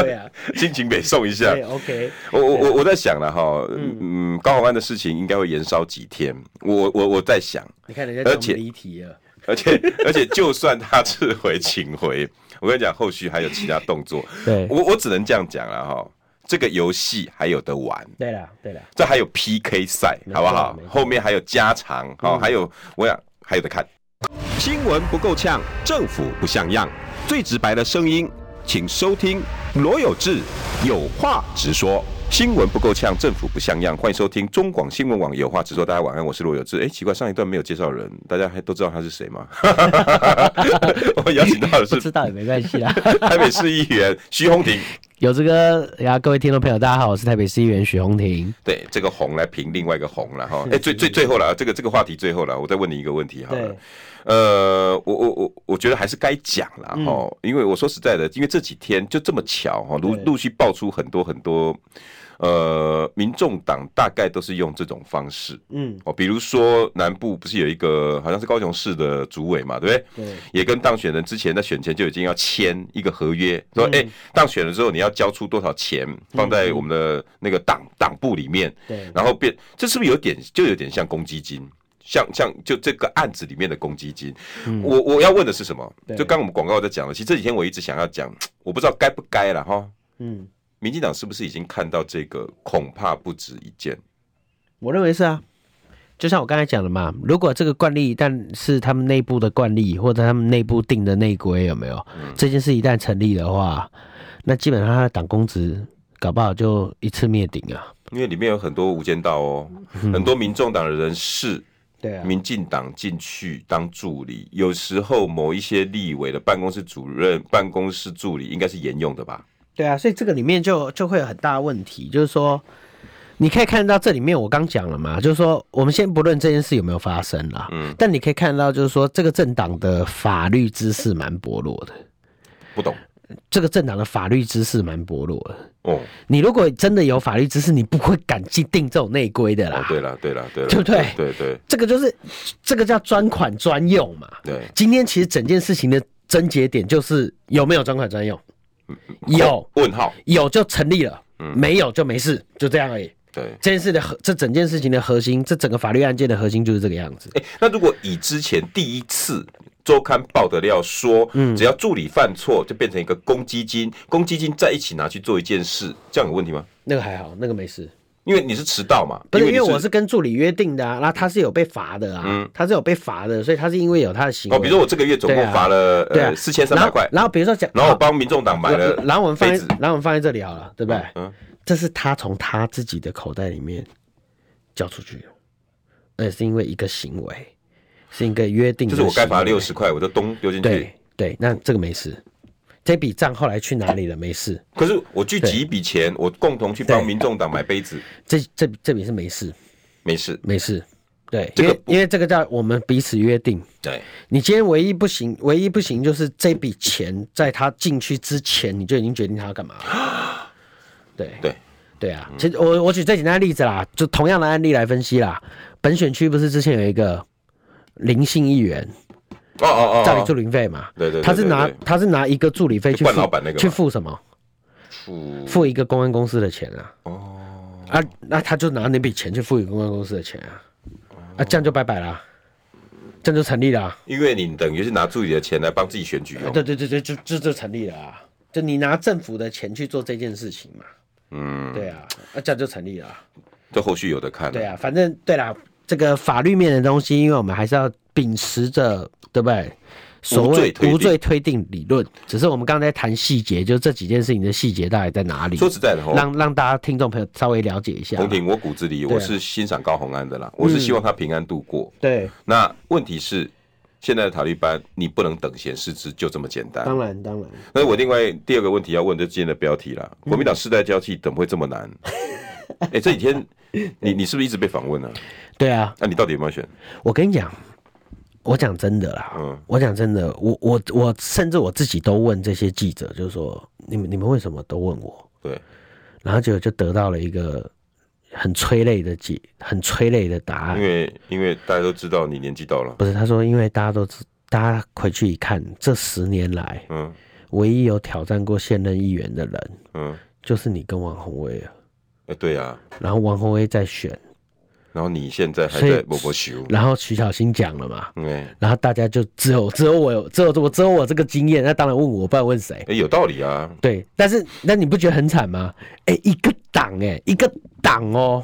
对 啊，心情北送一下对。，OK，我我我我在想了哈，嗯，高虹安的事情应该会延烧几天。我我我在想，你看人家而且讲离题了，而且 而且，就算他撤回请回，我跟你讲，后续还有其他动作。对我我只能这样讲了哈，这个游戏还有得玩。对啦，对啦，这还有 PK 赛，没好错不好没？错后面还有加长，好、嗯还有我想还有的看。新闻不够呛，政府不像样，最直白的声音，请收听罗有志有话直说。新闻不够呛，政府不像样，欢迎收听中广新闻网有话直说。大家晚安，我是罗有志。哎，奇怪，上一段没有介绍人，大家还都知道他是谁吗？ 我邀请到的 不是知道也没关系啦。台北市议员徐宏庭。有这个，呀，各位听众朋友，大家好，我是台北市议员许宏庭。对，这个红来评另外一个红了哈。哎、最最最后了，这个这个话题最后了，我再问你一个问题好了对。呃，我我我我觉得还是该讲了嗯哈，因为我说实在的，因为这几天就这么巧哈，陆对陆续爆出很多很多，呃，民众党大概都是用这种方式。嗯，哦，比如说南部不是有一个好像是高雄市的主委嘛，对不对？对也跟当选人之前在选前就已经要签一个合约，说嗯哎、当选了之后你要交出多少钱放在我们的那个党党部里面，对然后变这是不是有点就有点像公积金？像像就这个案子里面的公积金，我我要问的是什么？嗯对就刚我们广告在讲了，其实这几天我一直想要讲，我不知道该不该了哈。嗯，民进党是不是已经看到这个？恐怕不止一件。我认为是啊。就像我刚才讲的嘛，如果这个惯例一旦是他们内部的惯例，或者他们内部定的内规有没有、这件事一旦成立的话，那基本上他的党公职搞不好就一次灭顶啊。因为里面有很多无间道哦，很多民众党的人士、嗯对啊，民进党进去当助理，有时候某一些立委的办公室主任、办公室助理应该是沿用的吧？对啊，所以这个里面就就会有很大的问题，就是说，你可以看到这里面我刚讲了嘛，就是说，我们先不论这件事有没有发生啦，嗯，但你可以看到，就是说，这个政党的法律知识蛮薄弱的，不懂这个政党的法律知识蛮薄弱的。哦你如果真的有法律知识，你不会敢去定这种内规的啦。哦，对了对了对了，啊对不对对对这个就是这个叫专款专用嘛。对，今天其实整件事情的症结点就是有没有专款专用，嗯有问号，有就成立了，嗯没有就没事，就这样而已。对。这件事的核，这整件事情的核心，这整个法律案件的核心就是这个样子。哎、那如果以之前第一次周刊报的料说，嗯只要助理犯错就变成一个公积金，公积金在一起拿去做一件事，这样有问题吗？那个还好，那个没事。因为你是迟到嘛，不是因你为我是跟助理约定的啊，那他是有被罚的啊，他是有被罚的，所以他是因为有他的行为。哦，比如说我这个月总对共啊罚了、对啊呃四千三百块然后，然后比如说讲，然后我帮民众党买了然后然后我们放杯在子，，然后我们放在这里好了，对不对？嗯这是他从他自己的口袋里面交出去的，而且是因为一个行为，是一个约定就的是行为，我该罚六十块，我就咚丢进去对。对，那这个没事，这笔账后来去哪里了？没事，可是我聚集一笔钱，我共同去帮对民众党买杯子，这这这笔是没事，没事。没事。对，这个因为不因为这个叫我们彼此约定。对，你今天唯一不行，唯一不行就是这笔钱在他进去之前，你就已经决定他要干嘛了。对对对啊，其实我我举最简单的例子啦，就同样的案例来分析啦。本选区不是之前有一个林姓议员哦哦照理哦助理费嘛？对对对他是拿对对他是拿一个助理费去就冠付老板那个嘛去付什么？哦，付一个公安公司的钱啊。哦，啊，那他就拿那笔钱去付给公关公司的钱啊，啊，这样就拜拜啦，这样就成立了、啊。因为你等于是拿助理的钱来帮自己选举用。对对对对，就就就成立了啊，就你拿政府的钱去做这件事情嘛，嗯，对啊，啊，这样就成立了啊、这后续有的看。对，啊，反正对啦，这个法律面的东西，因为我们还是要秉持着，对不对？所无罪谓推定无罪推定理论，只是我们刚才谈细节，就这几件事情的细节到底在哪里，说实在的哦。让让大家听众朋友稍微了解一下。洪婷，我骨子里对啊嗯我是欣赏高虹安的啦，我是希望他平安度过。对那问题是，现在的塔利班你不能等闲视之，就这么简单。当然当然，那我另外第二个问题要啊问，就今天的标题啦。国民党世代交替怎么会这么 难？哎、这几天你你是不是一直被访问啊？对啊，那、你到底有没有选？我跟你讲，我讲真的啦，嗯我讲真的，我我我甚至我自己都问这些记者，就是说你们你们为什么都问我？对，然后结果就得到了一个很催泪的解，很催泪的答因案。为因为大家都知道你年纪到了，不是，他说因为大家都知，大家回去一看，这十年来嗯唯一有挑战过现任议员的人，嗯，就是你跟王宏威了。哎、对啊。然后王宏威在选，然后你现在还所以在波波修，然后徐小新讲了嘛，嗯哎、哎然后大家就只有只有我有只有我只有我这个经验，那当然问我，不然问谁？有道理啊。对，但是那你不觉得很惨吗？哎、一个党哎、一个党哦、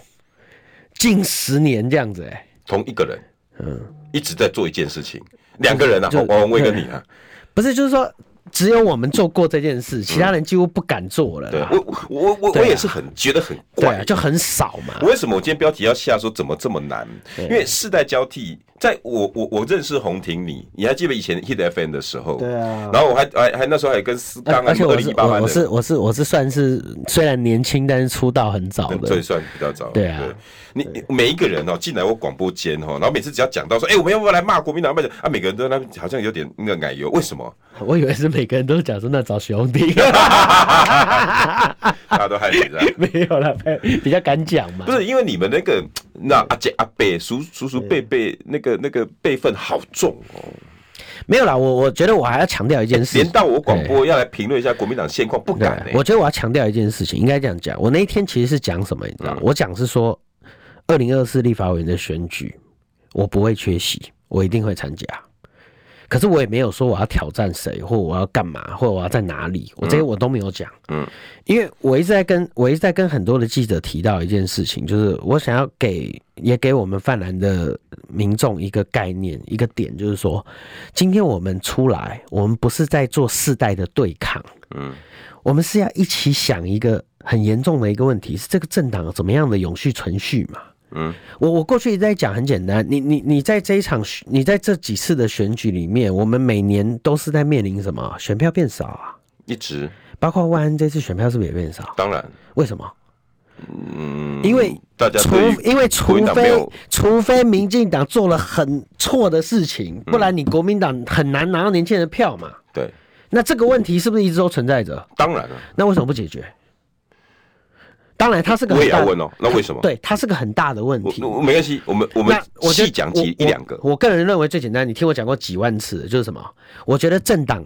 近十年这样子哎、同一个人嗯，一直在做一件事情，两个人啊，就王王威跟你啊，不是，就是说只有我们做过这件事，其他人几乎不敢做了对啦，我我我我啊对我啊也是很觉得很对怪啊，，就很少嘛，为什么我今天标题要下说怎么这么难？因为世代交替，在我我我认识洪婷你，你还记得以前 Hit FM 的时候？对啊然后我还还还那时候还跟思而刚而啊且二我零是一八我班我是的，我是我是算是虽然年轻，但是出道很早所以的，算比较早。对啊你你每一个人哦进来我广播间哦，然后每次只要讲到说，哎，我们要不要来骂国民党？要不要讲啊，每个人都在那边好像有点那个奶油，为什 么？我以为是每个人都讲说那找徐宏弟，大家都害你这样。 没有了， 比较敢讲嘛不，是因为你们那嗯个那阿姐阿伯叔叔叔伯伯那个那个辈分好重哦，没有啦，我我觉得我还要强调一件事情连，到我广播要来评论一下国民党现况，不对敢欸呢、我觉得我要强调一件事情，应该这样讲。我那一天其实是讲什么，你知嗯道吗？我讲是说，二零二四立法委员的选举，我不会缺席，我一定会参加。可是我也没有说我要挑战谁，或我要干嘛，或我要在哪里，我这些我都没有讲。嗯，因为我一直在跟我一直在跟很多的记者提到一件事情，就是我想要给也给我们泛蓝的民众一个概念，一个点，就是说，今天我们出来，我们不是在做世代的对抗，嗯，我们是要一起想一个很严重的一个问题，是这个政党怎么样的永续存续嘛？嗯，我我过去一直在讲很简单，你你你在这一场选，你在这几次的选举里面，我们每年都是在面临什么？选票变少啊，一直包括万安这次选票是不是也变少？当然，为什么？嗯，因为大家除对于因为除国民党没非有除非民进党做了很错的事情，嗯不然你国民党很难拿到年轻人的票嘛。对，那这个问题是不是一直都存在着？当然了、啊那为什么不解决？当然，它是个我很也要大的问哦，那为什么？对，它是个很大的问我题。我我没关系，我们我们那我觉得细讲几我一两个，我。我个人认为最简单，你听我讲过几万次，就是什么？我觉得政党、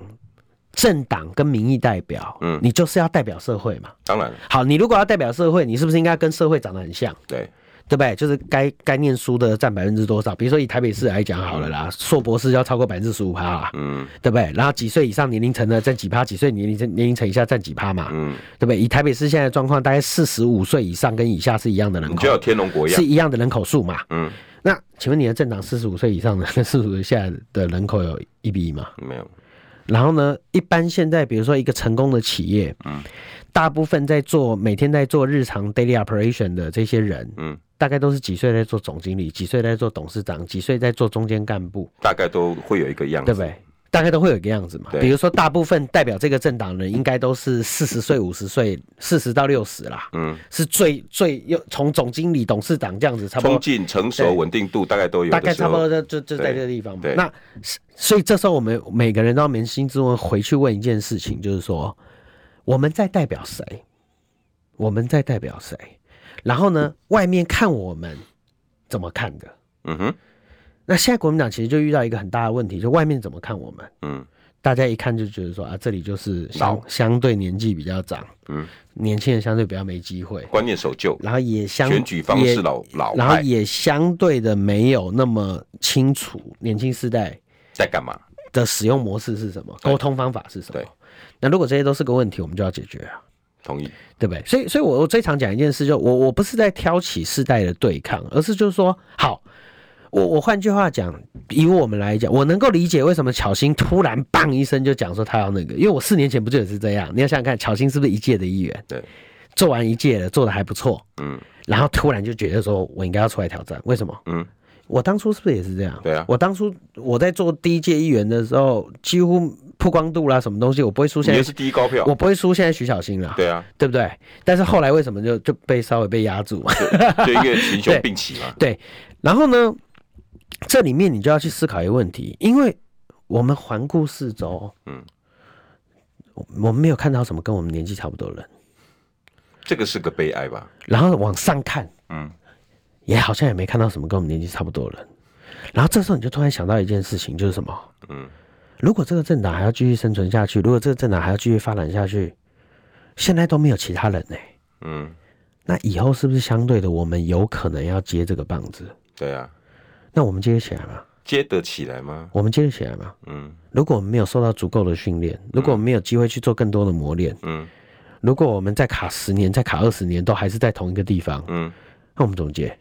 政党跟民意代表，嗯你就是要代表社会嘛。当然了，好，你如果要代表社会，你是不是应该跟社会长得很像？对，对不对？就是该该念书的占百分之多少？比如说以台北市来讲好了啦，硕博士要超过百分之十五趴啦，嗯对不对？然后几岁以上年龄层的占几趴，几岁年龄层年龄层以下占几趴嘛，嗯，对不对？以台北市现在的状况，大概四十五岁以上跟以下是一样的人你就要口，天龙国一样是，一样的人口数嘛。嗯，那请问你的政党四十五岁以上的 跟四十五岁以下的人口有一比一吗？没有，然后呢，一般现在比如说一个成功的企业，嗯，大部分在做每天在做日常 daily operation 的这些人，嗯，大概都是几岁在做总经理，几岁在做董事长，几岁在做中间干部，大概都会有一个样对子，不对？大概都会有一个样子嘛。嗯对比如说，大部分代表这个政党的人，应该都是四十岁、五十岁、四十到六十啦，嗯，是最最又从总经理、董事长这样子，差不冲多劲、成熟、对稳定度大概都有大概的时差不候多，就就就在对这个地方嘛对。那是所以这时候我们每个人都要扪心自问，回去问一件事情，就是说我们在代表谁？我们在代表谁？然后呢，外面看我们怎么看的？嗯哼，那现在国民党其实就遇到一个很大的问题，就外面怎么看我们？嗯大家一看就觉得说啊，这里就是相老相对年纪比较长，嗯，年轻人相对比较没机会，观念守旧，然后也相选举方也式老老然后派也相对的没有那么清楚年轻世代在干嘛？的使用模式是什么，对沟通方法是什么对。那如果这些都是个问题，我们就要解决啊，同意，对不对？所以，所以我我最常讲一件事就，我我不是在挑起世代的对抗，而是就是说，好，我我换句话讲，以我们来讲，我能够理解为什么巧芯突然砰一声就讲说他要那个，因为我四年前不就也是这样？你要想想看，巧芯是不是一届的议员？对，做完一届了，做的还不错，嗯然后突然就觉得说我应该要出来挑战，为什么？嗯，我当初是不是也是这样？对啊我当初我在做第一届议员的时候，几乎曝光度啦，什么东西我不会输你现也在是，第一高票，我不会输现在徐小新啦，对啊，对不对？但是后来为什么就就被稍微被压住？。就一个群雄并起嘛 然后呢，这里面你就要去思考一个问题，因为我们环顾四周，嗯嗯，我们没有看到什么跟我们年纪差不多的人，这个是个悲哀吧？然后往上看，嗯，也好像也没看到什么跟我们年纪差不多的人。然后这时候你就突然想到一件事情，就是什么？嗯，如果这个政党还要继续生存下去，如果这个政党还要继续发展下去，现在都没有其他人呢、嗯，那以后是不是相对的，我们有可能要接这个棒子？对啊，那我们接得起来吗？接得起来吗？我们接得起来吗？嗯如果我们没有受到足够的训练，如果我们没有机会去做更多的磨练，嗯如果我们再卡十年、再卡二十年，都还是在同一个地方，嗯。那我们怎么接？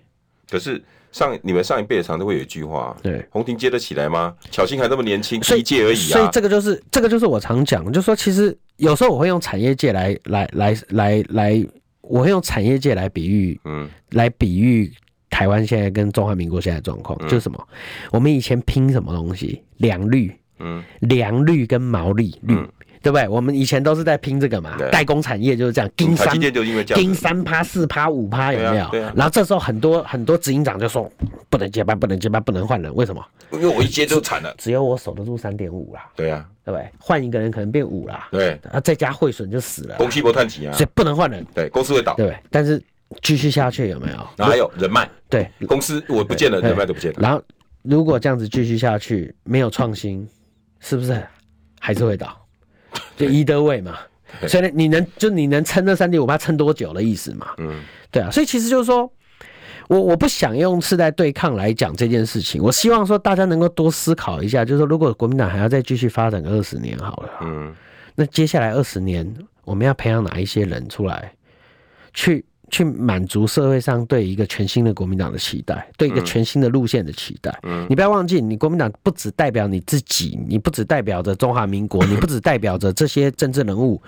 可是上你们上一辈常都会有一句话，对，红婷接得起来吗？巧心还那么年轻，所第以一届而已所以啊。这个就是这个就是我常讲，就说其实有时候我会用产业界来来来来来，我会用产业界来比喻嗯来比喻台湾现在跟中华民国现在的状嗯况，就是什么？我们以前拼什么东西？良率、嗯良率跟毛利率，嗯对不对？我们以前都是在拼这个嘛对，代工产业就是这样，嗯，盯台三积电就因为这样盯子，三趴、四趴、五趴有没有？对啊对啊然后这时候很多很多执行长就说不能接班，不能接班，不能换人，为什么？因为我一接就惨了。只有我守得住三点五啦，对啊，对不对？换一个人可能变五啦，对，然后再加汇损就死了啦，公西博探奇啊所，以不能换人，对，公司会倒，对不对？但是继续下去有没有？然后还有人脉，对，公司我不见了，对人脉都不见了。然后如果这样子继续下去，没有创新，是不是还是会倒？就一得位嘛。所以你能就你能撑那三点五八撑多久的意思嘛？嗯，对啊，所以其实就是说，我我不想用世代对抗来讲这件事情，我希望说大家能够多思考一下，就是说如果国民党还要再继续发展个二十年好了，嗯，那接下来二十年我们要培养哪一些人出来，去去满足社会上对一个全新的国民党的期待，对一个全新的路线的期待。嗯你不要忘记，你国民党不只代表你自己，你不只代表着中华 民国，你不只代表着这些政治人物，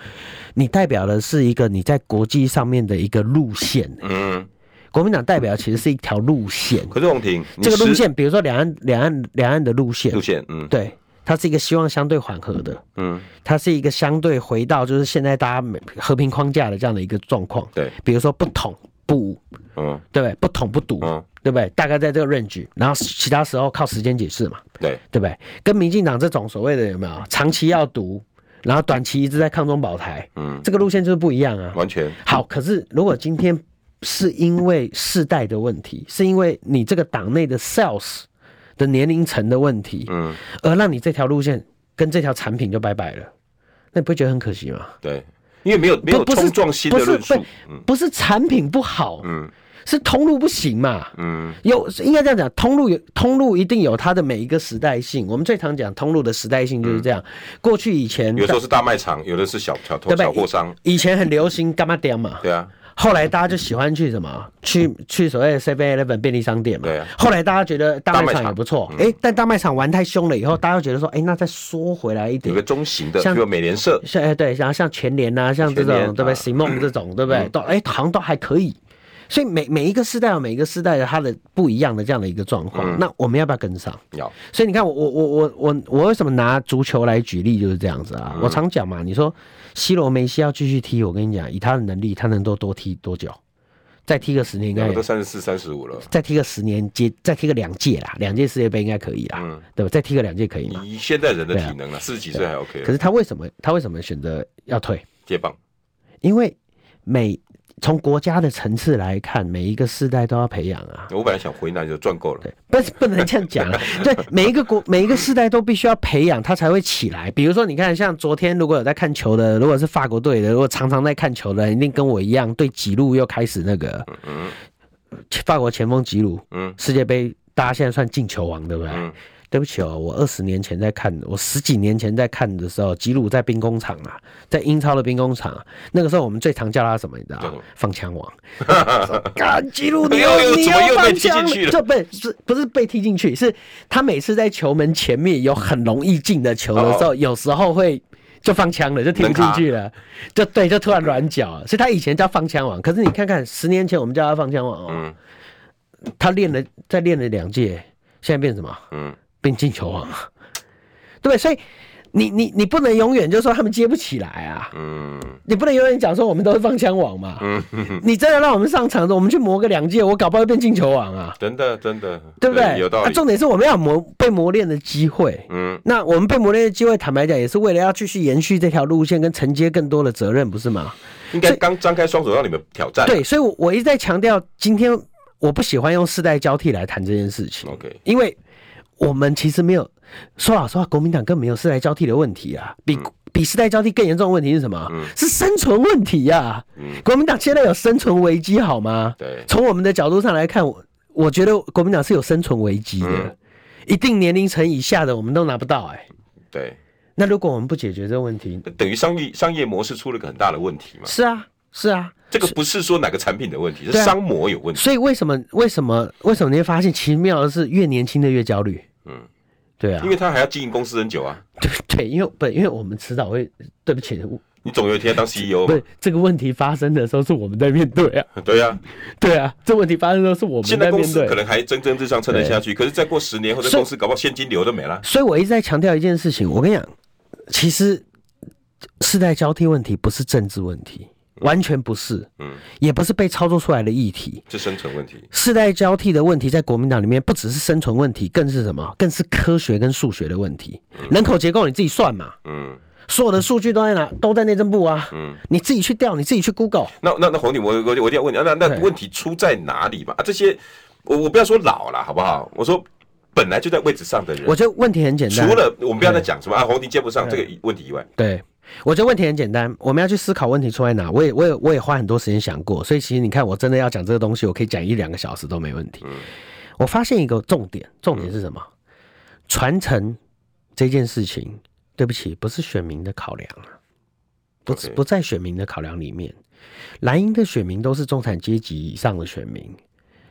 你代表的是一个你在国际上面的一个路线。嗯，国民党代表其实是一条路线，可是红婷，你这个路十线，比如说两岸、两岸、两岸的路线路，线，嗯对，它是一个希望相对缓和的，嗯，它是一个相对回到就是现在大家每和平框架的这样的一个状况。对，比如说不统不武，嗯对不对？不统不独，嗯，对不对？大概在这个 range，然后其他时候靠时间解释嘛，对，对不对？跟民进党这种所谓的有没有长期要独，然后短期一直在抗中保台，嗯，这个路线就是不一样啊。完全，好，可是如果今天是因为世代的问题，是因为你这个党内的 sales 的年龄层的问题，嗯，而让你这条路线跟这条产品就拜拜了，那你不会觉得很可惜吗？对，因为没有没有不不是冲撞新的不是论述，不不是产品不好，嗯是通路不行嘛。嗯有应该这样讲，通路有通路一定有它的每一个时代性。我们最常讲通路的时代性就是这样。过去以前嗯有的时候是大卖场，有的是小小对偷不对小货商，以前很流行干嘛点嘛，对啊，后来大家就喜欢去什么？去去所谓的 Seven Eleven 便利商店嘛。对啊后来大家觉得大卖大卖场场嗯也不错，哎、但大卖场玩太凶了以后，大家觉得说，哎、那再缩回来一有点个。中型的，像比如美联社，像哎、对，然后像全联呐、啊，像这全种联对不啊对？嗯行梦这种对不对？都哎、好像都还可以。所以每每一个世代有每一个世代的它的不一样的这样的一个状况，嗯那我们要不要跟上？要，所以你看我，我我我我我为什么拿足球来举例就是这样子啊？我常讲嘛，你说 C 罗、梅西要继续踢，我跟你讲，以他的能力，他能多多踢多久？再踢个十年应两该个都也，三十四、三十五了，再踢个十年接，再踢个两届啦，两届世界杯应该可以啦，嗯对吧？再踢个两届可以嘛？以现在人的对啊体能了，四十几岁还 OK，可是他为什么他为什么选择要退？接棒，因为每从国家的层次来看，每一个世代都要培养啊。我本来想回南就赚够了，对，不是不能这样讲啊。对，每一个国每一个世代都必须要培养，他才会起来。比如说，你看，像昨天如果有在看球的，如果是法国队的，如果常常在看球的人，一定跟我一样，对吉鲁又开始那个嗯法国前锋吉鲁，嗯世界杯大家现在算进球王，对不对？嗯对不起哦，我二十年前在看，我十几年前在看的时候，吉鲁在兵工厂啊，在英超的兵工厂、啊，那个时候我们最常叫他什么？你知道叫什吗么？放 枪王。说啊，吉鲁，你哎呦又你怎么又被放踢进枪去了就被是不是被踢进去？是他每次在球门前面有很容易进的球的时哦候，有时候会。就放枪了，就踢不进去了，就对，就突然软脚了。所以他以前叫放枪王，可是你看看十年前我们叫他放枪王哦，嗯，他练了再练了两届，现在变什么？嗯，变进球王啊，对不对？所以你你你不能永远就说他们接不起来啊，嗯你不能永远讲说我们都是放枪王嘛。嗯，你真的让我们上场的，我们去磨个两届，我搞不好会变进球王啊，真的真的，对不对？嗯有道啊理。重点是我们要磨被磨练的机会。嗯，那我们被磨练的机会，坦白讲，也是为了要继续延续这条路线跟承接更多的责任，不是吗？应该刚张开双手让你们挑战。对，所以我，我一直在强调，今天我不喜欢用世代交替来谈这件事情， ，OK，因为我们其实没有说老实话，国民党根本没有世代交替的问题啊，比、嗯比世代交替更严重的问题是什么？是生存问题呀、嗯，国民党现在有生存危机，好吗？对，从我们的角度上来看，我我觉得国民党是有生存危机的，嗯一定年龄层以下的我们都拿不到、哎，对，那如果我们不解决这个问题，等于商业商业模式出了个很大的问题嘛。是啊，是啊，这个不是说哪个产品的问题，是对啊商模有问题。所以为什么为什么为什么你会发现奇妙的是，越年轻的越焦虑？嗯，对啊因，为他还要经营公司很久啊，对 对，因为不因为我们迟早会，对不起，我你总有一天要当 CEO 不嘛是。这个问题发生的时候是我们在面对啊， 对啊，对啊，这问题发生的时候是我现们在在公面司可对。能还蒸蒸日上撑得下去，可是再过十年后，这所以公司搞不好现金流都没了。所以我一直在强调一件事情，我跟你讲，其实世代交替问题不是政治问题，完全不是，嗯，也不是被操作出来的议题。这生存问题。世代交替的问题，在国民党里面不只是生存问题，更是什么？更是科学跟数学的问题。人口结构你自己算嘛，嗯所有的数据都在哪？都在内政部啊。嗯，你自己去调，你自己去 Google。那那那红姐，我我我一定要问你，啊那那对问题出在哪里嘛？啊，这些我我不要说老了，好不好？我说本来就在位置上的人，我觉得问题很简除单。了我们不要再讲什么啊，红迪接不上这个问题以外，对，我觉得问题很简单，我们要去思考问题出在哪。我也，我也，我也花很多时间想过，所以其实你看，我真的要讲这个东西，我可以讲一两个小时都没问题。我发现一个重点，重点是什么？传承这件事情，对不起，不是选民的考量啊，不 OK 不在选民的考量里面。蓝营的选民都是中产阶级以上的选民。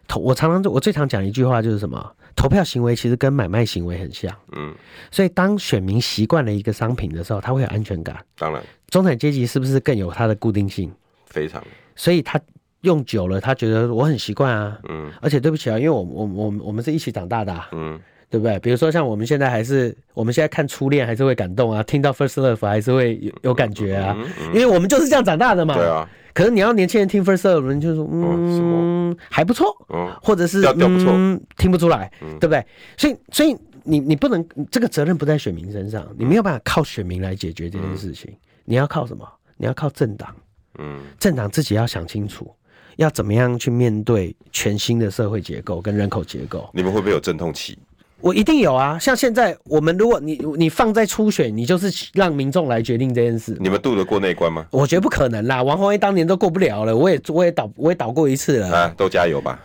投我常常我最常讲一句话就是什么？投票行为其实跟买卖行为很像。嗯，所以当选民习惯了一个商品的时候，他会有安全感。当然中产阶级是不是更有它的固定性？非常，所以他用久了，他觉得我很习惯啊。嗯而且对不起啊，因为我我我我们是一起长大的、啊，嗯对不对？比如说像我们现在还是，我们现在看初恋还是会感动啊，听到 First Love 还是会有有感觉啊，嗯嗯，因为我们就是这样长大的嘛。对。啊，哦可是你要年轻人听 First Love，你就说什嗯，还不错，嗯或者是调调不错嗯，听不出来，嗯对不对？所以，所以你你不能这个责任不在选民身嗯上，你没有办法靠选民来解决这件事情，你要靠什么？你要靠政党，嗯政党自己要想清楚，要怎么样去面对全新的社会结构跟人口结构。你们会不会有阵痛期？我一定有啊，像现在我们如果你你放在初选，你就是让民众来决定这件事。你们渡得过那一关吗？我觉得不可能啦，王宏威当年都过不了了，我也我也倒我也倒过一次了。啊，都加油吧！